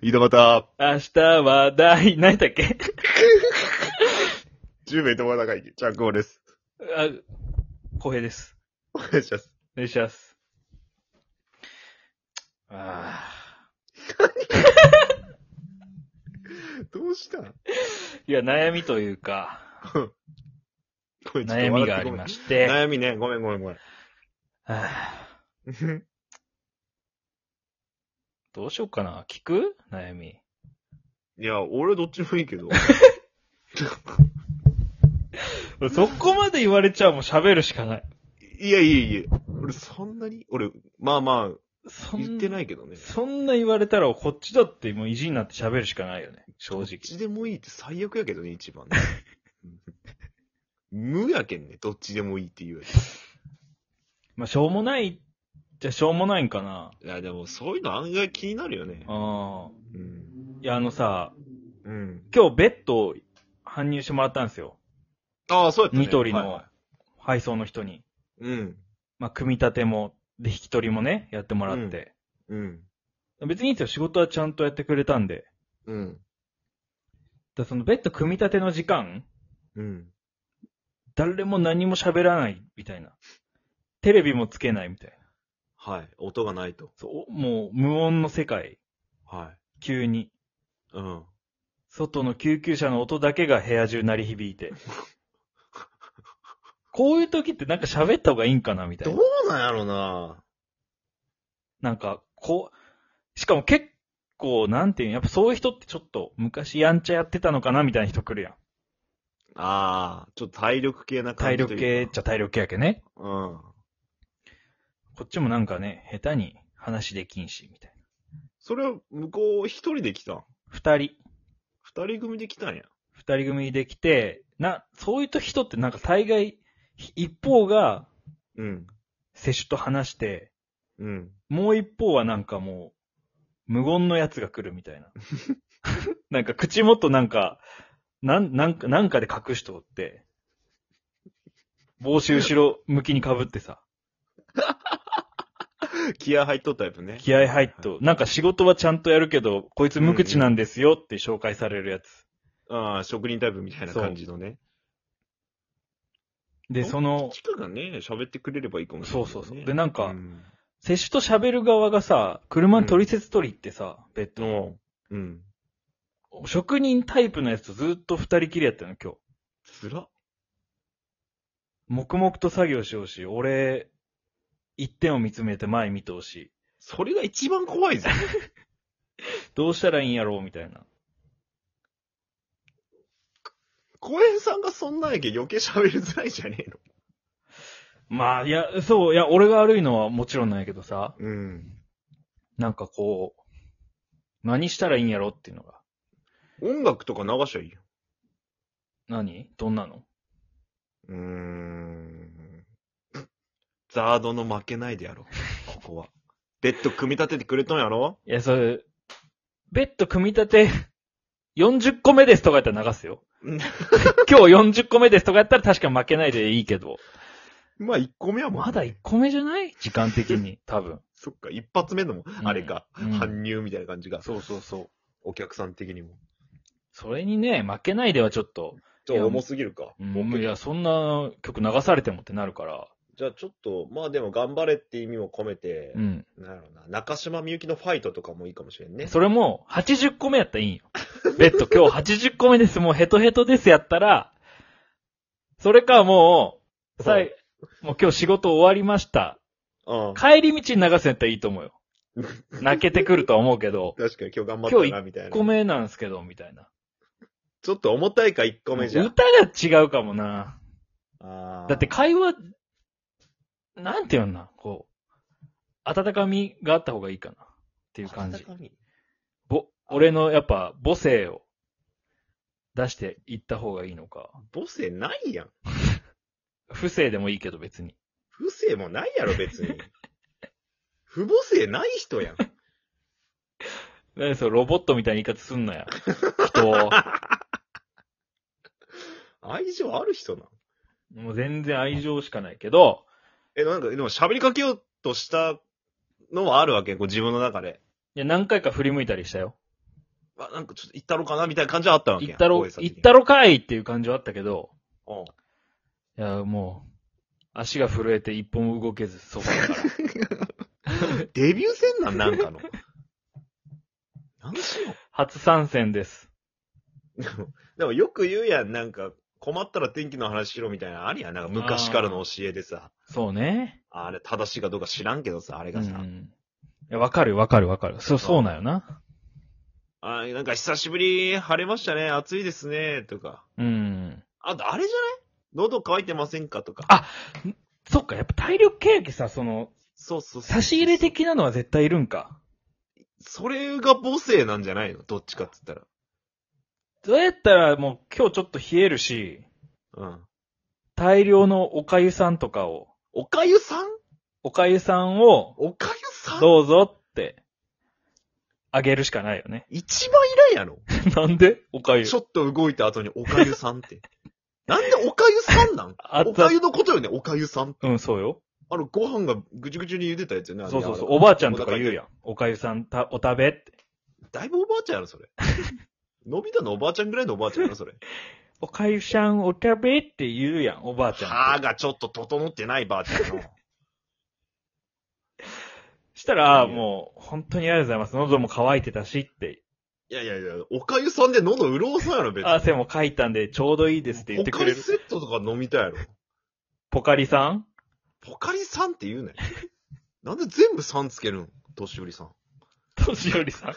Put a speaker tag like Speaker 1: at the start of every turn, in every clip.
Speaker 1: 井戸端、
Speaker 2: 明日は大、何だっけ
Speaker 1: 10名友高いチャンクボです。
Speaker 2: あ、公平です。
Speaker 1: お願いします。
Speaker 2: お願いします。あ
Speaker 1: どうしたん
Speaker 2: あ。いや、悩みというか、悩みがありま
Speaker 1: し
Speaker 2: して、
Speaker 1: 悩みね、ごめんごめんごめん。
Speaker 2: ああどうしようかな。聞く悩み。
Speaker 1: いや、俺どっちもいいけど。
Speaker 2: そこまで言われちゃうもう喋るしかない。
Speaker 1: いやいやいや、俺そんなに俺、まあまあ、
Speaker 2: そん
Speaker 1: 言ってないけどね。
Speaker 2: そんな言われたら、こっちだってもう意地になって喋るしかないよね。正
Speaker 1: どっちで
Speaker 2: 直。
Speaker 1: もいいって最悪やけどね、一番 ね。無やけんね、どっちでもいいって言うやつ
Speaker 2: まあ、しょうもない、じゃしょうもないんかな。
Speaker 1: いや、でもそういうの案外気になるよね。
Speaker 2: あ
Speaker 1: う
Speaker 2: あ。
Speaker 1: ん。
Speaker 2: いや、あのさ、
Speaker 1: うん。
Speaker 2: 今日ベッド搬入してもらったんですよ。
Speaker 1: ああ、そうやったね。
Speaker 2: ニトリ
Speaker 1: はい
Speaker 2: の
Speaker 1: は
Speaker 2: 配送の人に。
Speaker 1: い。うん。
Speaker 2: まあ、組み立ても、で、引き取りもね、やってもらって。
Speaker 1: うん。
Speaker 2: 別にいいんですよ。仕事はちゃんとやってくれたんで。
Speaker 1: うん。
Speaker 2: だからそのベッド組み立ての時間、
Speaker 1: うん。
Speaker 2: 誰も何も喋らないみたいな。テレビもつけないみたいな。
Speaker 1: はい。音がないと。
Speaker 2: そう、もう無音の世界、
Speaker 1: は
Speaker 2: 急に。
Speaker 1: い。うん。
Speaker 2: 外の救急車の音だけが部屋中鳴り響いて。こういう時ってなんか喋った方がいいんかなみたい
Speaker 1: ど
Speaker 2: な。
Speaker 1: うなんやろな
Speaker 2: なんか、こう、しかも結構、なんていうのやっぱそういう人ってちょっと昔やんちゃやってたのかなみたいな人来るやん。
Speaker 1: ああ、ちょっと体力系な感
Speaker 2: 体
Speaker 1: じと
Speaker 2: 力
Speaker 1: い
Speaker 2: 系
Speaker 1: う
Speaker 2: っ
Speaker 1: か。
Speaker 2: ちゃ体力系やけね。
Speaker 1: うん。
Speaker 2: こっちもなんかね、下手に話できんし、みたいな。
Speaker 1: それは向こう一人で来たん
Speaker 2: 二人、
Speaker 1: 二人組で来たんや。
Speaker 2: 二人組できて、な、そういう人ってなんか大概、ひ一方が
Speaker 1: うん。
Speaker 2: 接種と話して、
Speaker 1: うん。
Speaker 2: もう一方はなんかもう、無言のやつが来るみたいな。 なんか口元なんか、なん、なんか、なんかで隠しとって、帽子後ろ向きに被ってさ、
Speaker 1: 気合入っとったタイプね。
Speaker 2: 気合入っと、なんか仕事はちゃんとやるけど、こいつ無口なんですよって紹介されるやつ。
Speaker 1: ああ、職人タイプみたいな感じのね。
Speaker 2: で、その、
Speaker 1: 近くがね、喋ってくれればいいかもしれない、ね。
Speaker 2: そうそうそうでなんか
Speaker 1: うん。
Speaker 2: 接種と喋る側がさ、車に取説取りってさ、ベッド。
Speaker 1: のうん。
Speaker 2: 職人タイプのやつとずっと二人きりやったの、今日。
Speaker 1: つらっ
Speaker 2: 黙々と作業しようし、俺、一点を見つめて前見通し、
Speaker 1: それが一番怖い ぞ。
Speaker 2: どうしたらいいんやろうみたいな。
Speaker 1: 小平さんがそんなんやけん余計喋りづらいじゃねえの。
Speaker 2: まあ、いや、そう、いや、俺が悪いのはもちろんなんやけどさ、
Speaker 1: うん。
Speaker 2: なんかこう、何したらいいんやろうっていうのが。
Speaker 1: 音楽とか流しゃいいよ。
Speaker 2: 何どんなの
Speaker 1: うーん。ザードの負けないでやろう。ここは。ベッド組み立ててくれたんやろ
Speaker 2: いや、それ、ベッド組み立て、40個目ですとかやったら流す よ。
Speaker 1: うん
Speaker 2: 今日40個目ですとかやったら確か負けないでいいけど。
Speaker 1: まあ、1個目はもう。
Speaker 2: まだ1個目じゃない時間的に、多 分。
Speaker 1: そっか、一発目の、
Speaker 2: ん
Speaker 1: あれか、
Speaker 2: うん
Speaker 1: 搬入みたいな感じが、
Speaker 2: そうそうそう。
Speaker 1: お客さん的にも。
Speaker 2: それにね、負けないではちょっと、
Speaker 1: ちょっと重すぎるか。
Speaker 2: うん、いや、そんな曲流されてもってなるから。
Speaker 1: じゃあちょっと、まあでも頑張れって意味も込めて、
Speaker 2: うん。
Speaker 1: なんやろな、中島みゆきのファイトとかもいいかもしれんね。
Speaker 2: それも、80個目やったらいいんよ。ベッド今日80個目です、もうヘトヘトですやったら、それかもう、さい、もう今日仕事終わりました。
Speaker 1: うん。
Speaker 2: 帰り道に流すんやったらいいと思うよ。泣けてくるとは思うけど、
Speaker 1: 確かに今日頑張ったな、みたいな
Speaker 2: 1個。目なんすけど、みたいな。
Speaker 1: ちょっと重たいか、1個目じゃ。
Speaker 2: 歌が違うかもな。
Speaker 1: あー
Speaker 2: だって、会話、なんていうんだ、こう、温かみがあった方がいいかな。っていう感じ。
Speaker 1: 温かみ
Speaker 2: ぼ、俺のやっぱ母性を出していった方がいいのか。
Speaker 1: 母性ないやん。
Speaker 2: 不正でもいいけど別に。
Speaker 1: 不正もないやろ、別に。不母性ない人やん。
Speaker 2: 何それロボットみたいな言い方すんなや。人を。
Speaker 1: 愛情ある人なん。
Speaker 2: もう全然愛情しかないけど、
Speaker 1: え、なんか、でも喋りかけようとしたのはあるわけこう自分の中で。
Speaker 2: いや、何回か振り向いたりしたよ。
Speaker 1: あ、なんかちょっと行ったろかなみたいな感じはあったわけ
Speaker 2: 行
Speaker 1: や
Speaker 2: ったろ、
Speaker 1: 大江さん的
Speaker 2: 行っ
Speaker 1: に
Speaker 2: たろかいっていう感じはあったけど、
Speaker 1: うん
Speaker 2: いや、もう、足が震えて一歩も動けず、そこ だから。
Speaker 1: デビュー戦なんなん かの。なんしよ
Speaker 2: 初参戦です。
Speaker 1: う。でもでもよく言うやん、なんか、困ったら天気の話しろみたいな、あるやん。なんか昔からの教えでさ、
Speaker 2: そうね。
Speaker 1: あれ正しいかどうか知らんけどさ、あれ
Speaker 2: う
Speaker 1: がさ、
Speaker 2: ん。いや、わかるよわかるわかる。そう、そうなんよな。
Speaker 1: あなんか久しぶり、晴れましたね、暑いですね、とか。
Speaker 2: うん。
Speaker 1: あと、あれじゃない喉乾いてませんかとか。
Speaker 2: あそっか、やっぱ体力系ってさ、その、
Speaker 1: そうそうそう
Speaker 2: 差し入れ。的なのは絶対いるんか。
Speaker 1: それが母性なんじゃないのどっちかって言っ
Speaker 2: どうやったらもう今日ちょっと冷えるし、
Speaker 1: たら。うん。
Speaker 2: 大量のおかゆさんとかを、
Speaker 1: おかゆさん
Speaker 2: おかゆさんを、
Speaker 1: おかゆさん
Speaker 2: どうぞって、あげるしかないよ ね。
Speaker 1: 一番いらんやろ。
Speaker 2: なんでおかゆ
Speaker 1: ちょっと動いた後におかゆさんっ て。なんでおかゆさんなん
Speaker 2: あ
Speaker 1: おかゆのことよね、おかゆさん。
Speaker 2: うん、そうよ。
Speaker 1: あの、ご飯がぐちゅぐちゅに茹でたやつよね。あれ
Speaker 2: そうそうそう。
Speaker 1: あの
Speaker 2: おばあちゃんとか言うやん。おかゆさんた、お食べって。
Speaker 1: だいぶおばあちゃんやろ、それ。 のび太のおばあちゃんぐらいのおばあちゃんやろ、それ。
Speaker 2: おかゆさん、お食べって言うやん、おばあちゃん
Speaker 1: 歯
Speaker 2: って。
Speaker 1: がちょっと整って ないばあちゃんの。
Speaker 2: したら、
Speaker 1: いや
Speaker 2: もう、本当にありがとうございます。喉も乾いてたしって。
Speaker 1: いやいやいや、おかゆさんで喉潤うさんやろ、別に。
Speaker 2: 汗もかいたんで、ちょうどいいですって言って
Speaker 1: ポ
Speaker 2: く
Speaker 1: カ
Speaker 2: れ
Speaker 1: リ
Speaker 2: る。
Speaker 1: セットとか飲みたいやろ。
Speaker 2: ポカリさん
Speaker 1: ポカリさんって言うね。なんで全部さんつけるん年寄りさん。
Speaker 2: 年寄りさん。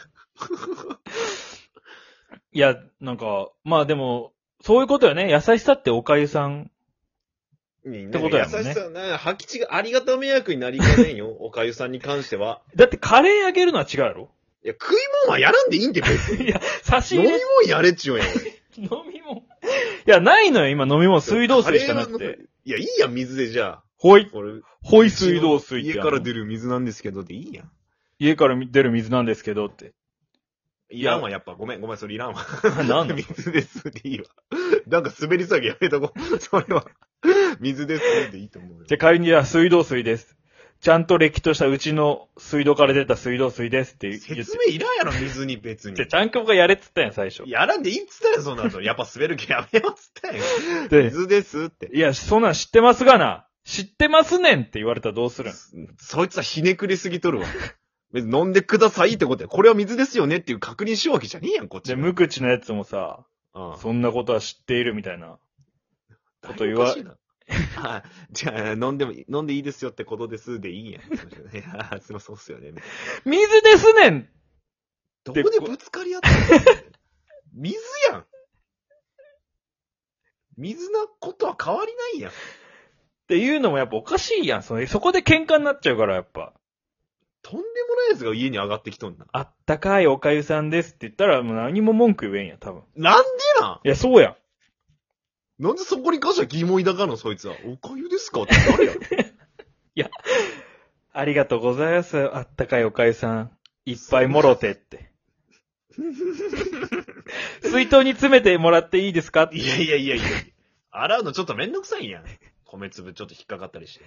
Speaker 2: いや、なんか、まあでも、そういうことよね。優しさっておかゆさん。
Speaker 1: って
Speaker 2: ことやもんね
Speaker 1: 優しさ、なんか履き違い、ありがた迷惑になりかねんよ、 おかゆさんに関しては。
Speaker 2: だってカレーあげるのは違うやろ
Speaker 1: いや、食い物はやらんでいいんで、別 に。
Speaker 2: いや、差し
Speaker 1: 飲
Speaker 2: 入
Speaker 1: み
Speaker 2: れ、
Speaker 1: 物やれっちゅうんや、俺。
Speaker 2: 飲み物。いや、ないのよ、今飲み物。水道水しかなく
Speaker 1: カレーは
Speaker 2: て。
Speaker 1: 飲み。いや、いいやん、水でじゃあ。
Speaker 2: ほい、
Speaker 1: 俺、
Speaker 2: ほい水道水って
Speaker 1: 家
Speaker 2: あ
Speaker 1: か
Speaker 2: る
Speaker 1: ら出る水なんですけど、でいいやん。
Speaker 2: 家から出る水なんですけどって。
Speaker 1: いらんわ、やっぱ。ごめん、ごめん、それいらんわ。
Speaker 2: なんだ
Speaker 1: 水ですでいいわ。なんか滑り下げやめとこう。それは。水ですでいいと思うよ。
Speaker 2: じゃ、仮に、は水道水です。ちゃんとれっきとしたうちの水道から出た水道水ですって言って。
Speaker 1: 説明いらんやろ、水に別に
Speaker 2: じゃ、。ちゃんこがやれっつったやん、最初。
Speaker 1: やらんでいいっつったやん、そんなの。やっぱ滑る気やめようっつった やん。
Speaker 2: で、
Speaker 1: 水ですって。
Speaker 2: いや、そんなん知ってますがな。知ってますねんって言われたらどうするん
Speaker 1: そいつはひねくりすぎとるわ。別に飲んでくださいってことや。これは水ですよねっていう確認しようわけじゃねえやん、こっち
Speaker 2: で、
Speaker 1: は。
Speaker 2: 無口なやつもさ、
Speaker 1: うん
Speaker 2: そんなことは知っているみたいな。こと言
Speaker 1: お
Speaker 2: わ
Speaker 1: かしいなあじゃあ、飲んでも、飲んでいいですよってことですでいいやん。いや、すいません、そうっすよね。
Speaker 2: 水ですねん
Speaker 1: どこ
Speaker 2: で
Speaker 1: でぶつかり合ったの水やん。水なことは変わりないやん。
Speaker 2: っていうのもやっぱおかしいやん。そのそこで喧嘩になっちゃうからやっぱ。
Speaker 1: とんでもないやつが家に上がってきとんな。
Speaker 2: あったかいおかゆさんですって言ったらもう何も文句言えんや、多分。
Speaker 1: なんでなん
Speaker 2: いや、そうやん。
Speaker 1: なんでそこに関しては疑問抱かんの、そいつは。おかゆですかって誰やん。
Speaker 2: ありがとうございます。あったかいおかゆさん。いっぱいもろ てって。水筒に詰めてもらっていいですかって
Speaker 1: いやいやいやいや。洗うのちょっとめんどくさいやん。米粒ちょっと引っかかったりして。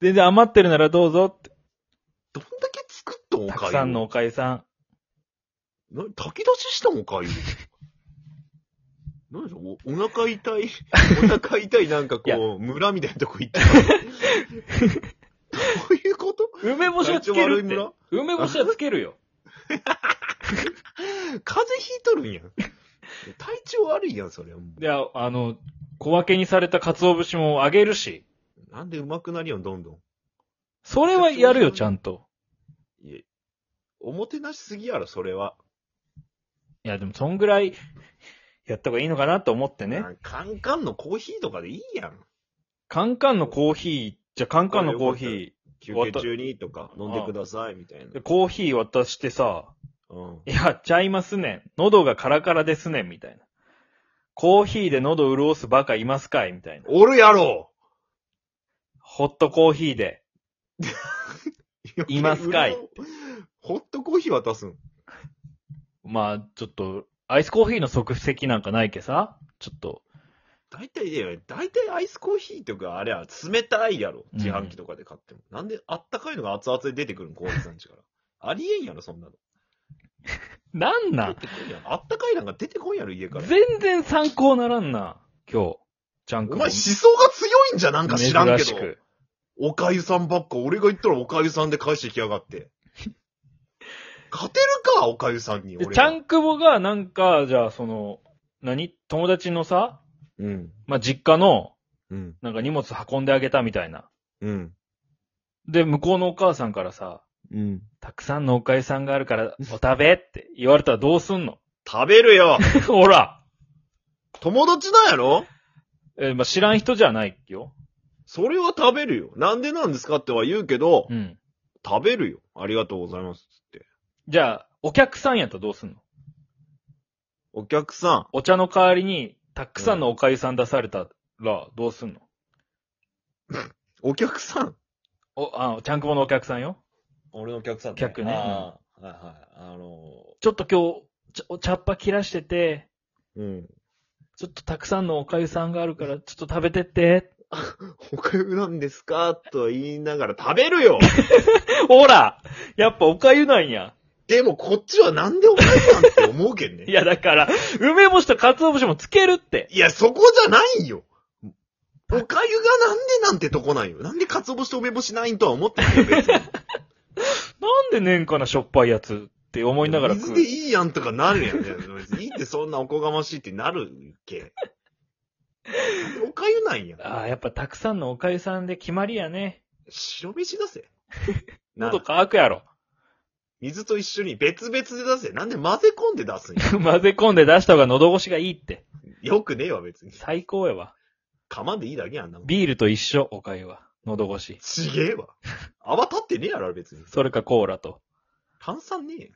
Speaker 2: 全然余ってるならどうぞって。
Speaker 1: どんだけ作ったんお
Speaker 2: た
Speaker 1: かゆ。
Speaker 2: くさんのおかゆさん。
Speaker 1: な。炊き出ししたんおかゆ。何でしょうおお腹痛 い、お腹痛いなんか
Speaker 2: いや
Speaker 1: こう、村みたいなとこ行ったの。どういうこと
Speaker 2: 梅干しはつける
Speaker 1: 体
Speaker 2: っ
Speaker 1: 調
Speaker 2: て
Speaker 1: 悪。
Speaker 2: 梅干しはつけるよ。
Speaker 1: 風邪ひいとるんやん。体調悪いやん、それはも
Speaker 2: いや、あの、小分けにされた鰹節もあげるし。
Speaker 1: う。なんでうまくなりよん、どんどん。
Speaker 2: それはやるよ、ちゃんと。
Speaker 1: いや、おもてなしすぎやろ、それは。
Speaker 2: いや、でも、そんぐらい、やった方がいいのかなと思ってね。
Speaker 1: なんかカンカンのコーヒーとかでいいやん。
Speaker 2: カンカンのコーヒー、じゃ、カンカンのコーヒ
Speaker 1: 休憩中にとか飲んでください、みたいな
Speaker 2: ー、。コーヒー渡してさ、
Speaker 1: うん。
Speaker 2: いや、ちゃいますねん。喉がカラカラですねん、みたいな。コーヒーで喉潤すバカいますかいみたいな。
Speaker 1: おるやろ
Speaker 2: ホットコーヒーで。いますかい
Speaker 1: ホットコーヒー渡すん。
Speaker 2: まあ、ちょっと、アイスコーヒーの即席なんかないけさ、ちょっと、
Speaker 1: 大体ね、大体アイスコーヒーとかあれは冷たいやろ。自販機とかで買っても。なんであったかいのが熱々で出てくるん、コーヒーさんちから。 ありえんやろ、そんなの。
Speaker 2: なんな
Speaker 1: 出
Speaker 2: ん
Speaker 1: てこんやろ。あったかいなんか出てこんやろ、家から。
Speaker 2: 全然参考ならんな。今日。ジャン
Speaker 1: お
Speaker 2: ク
Speaker 1: 前思想が強いんじゃなんか知らんけど。
Speaker 2: ど。
Speaker 1: おかゆさんばっか、俺が言ったらおかゆさんで返してきやが って。勝てるか、おかゆさんに。俺
Speaker 2: で
Speaker 1: は
Speaker 2: ちゃんくぼがなんか、じゃあその、何友達のさ、
Speaker 1: うん。
Speaker 2: まあ、実家の、
Speaker 1: うん。
Speaker 2: なんか荷物運んであげたみたいな。
Speaker 1: うん。
Speaker 2: で、向こうのお母さんからさ、
Speaker 1: うん。
Speaker 2: たくさんのおかゆさんがあるから、お食べって言われたらどうすんの
Speaker 1: 食べるよ
Speaker 2: ほら
Speaker 1: 友達なんやろ
Speaker 2: えーまあ、知らん人じゃないよ。
Speaker 1: それは食べるよ。なんでなんですかっては言うけど、
Speaker 2: うん。
Speaker 1: 食べるよ。ありがとうございます。つって。
Speaker 2: じゃあ、お客さんやったらどうすんの
Speaker 1: お客さ
Speaker 2: お茶の代わりに、たくさんのおかゆさん出されたら、どうすんの、
Speaker 1: ん。お客さん。
Speaker 2: お、あの、ちゃんくぼのお客さんよ。
Speaker 1: 俺のお客さん、
Speaker 2: 客ね
Speaker 1: あーはいはい。あの
Speaker 2: ちょっと今日、ちょお茶っ葉切らしてて、
Speaker 1: ーうん。
Speaker 2: ちょっとたくさんのおかゆさんがあるから、ちょっと食べてって。
Speaker 1: おかゆなんですかと言いながら食べる よ
Speaker 2: ほらやっぱおかゆなんや。
Speaker 1: でもこっちはなんでおかゆさんって思うけんね。
Speaker 2: いやだから、梅干しと鰹節もつけるって。
Speaker 1: いや、そこじゃないよ。おかゆがなんでなんてとこないよ。なんで鰹節と梅干しないんとは思ってないよ、 別に。
Speaker 2: なんで年かなしょっぱいやつって思いながら食
Speaker 1: 水
Speaker 2: う
Speaker 1: で。いいやんとかなるやん、ね。別にいいってそんなおこがましいってなるけ。おかゆなんや。
Speaker 2: ああ、やっぱたくさんのおかゆさんで決まりやね。
Speaker 1: 白飯出せ。 な
Speaker 2: 喉
Speaker 1: あ
Speaker 2: 乾くやろ。
Speaker 1: 水と一緒に別々で出せ。なんで混ぜ込んで出すんや。
Speaker 2: 混ぜ込んで出した方が喉越しがいいって。
Speaker 1: よくねえわ、別に。
Speaker 2: 最高やわ。
Speaker 1: 釜でいいだけやんなもん。
Speaker 2: ビールと一緒、おかゆは。喉越し。
Speaker 1: ちげえわ。泡立ってねえやろ、別に。
Speaker 2: それかコーラと。
Speaker 1: 炭酸ねえよ。